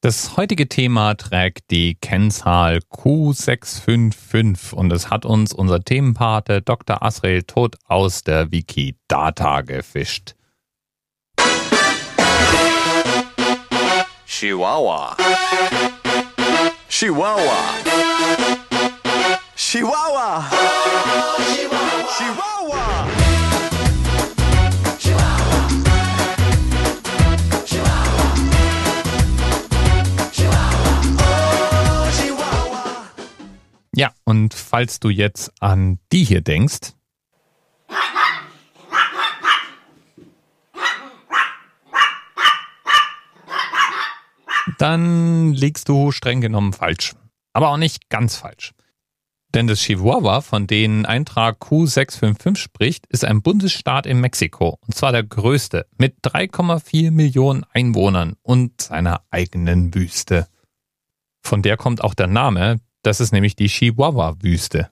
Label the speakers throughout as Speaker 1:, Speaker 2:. Speaker 1: Das heutige Thema trägt die Kennzahl Q655 und es hat uns unser Themenpate Dr. Asrael Tod aus der Wikidata gefischt.
Speaker 2: Chihuahua. Chihuahua. Chihuahua. Chihuahua. Oh,
Speaker 1: Ja, und falls du jetzt an die hier denkst, dann liegst du streng genommen falsch. Aber auch nicht ganz falsch. Denn das Chihuahua, von denen Eintrag Q655 spricht, ist ein Bundesstaat in Mexiko. Und zwar der größte, mit 3,4 Millionen Einwohnern und seiner eigenen Wüste. Von der kommt auch der Name, das ist nämlich die Chihuahua-Wüste.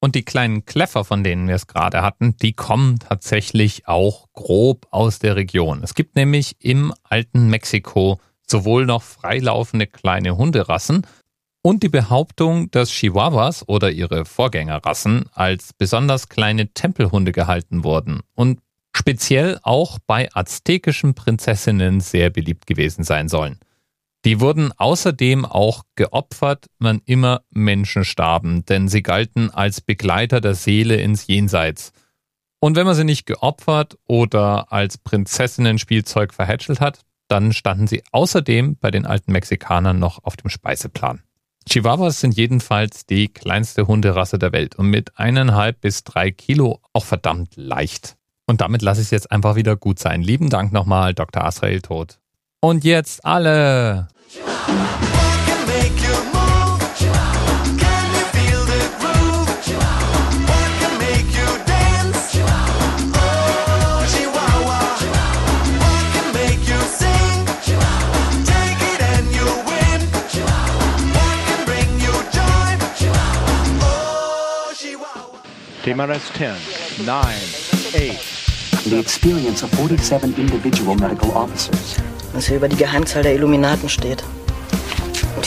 Speaker 1: Und die kleinen Kleffer, von denen wir es gerade hatten, die kommen tatsächlich auch grob aus der Region. Es gibt nämlich im alten Mexiko sowohl noch freilaufende kleine Hunderassen und die Behauptung, dass Chihuahuas oder ihre Vorgängerrassen als besonders kleine Tempelhunde gehalten wurden und speziell auch bei aztekischen Prinzessinnen sehr beliebt gewesen sein sollen. Die wurden außerdem auch geopfert, wann immer Menschen starben, denn sie galten als Begleiter der Seele ins Jenseits. Und wenn man sie nicht geopfert oder als Prinzessinnen-Spielzeug verhätschelt hat, dann standen sie außerdem bei den alten Mexikanern noch auf dem Speiseplan. Chihuahuas sind jedenfalls die kleinste Hunderasse der Welt und mit eineinhalb bis drei Kilo auch verdammt leicht. Und damit lasse ich es jetzt einfach wieder gut sein. Lieben Dank nochmal, Dr. Asrael Tod. Und jetzt alle.
Speaker 2: What can make you move? Can you feel the groove? What can make you dance? Oh, Chihuahua. What can make you sing? Take it and you win. What can bring you joy? Oh, Chihuahua.
Speaker 3: DMRS 10, 9, 8.
Speaker 4: the experience of 47 individual medical officers.
Speaker 5: was hier über die Geheimzahl der Illuminaten steht. Und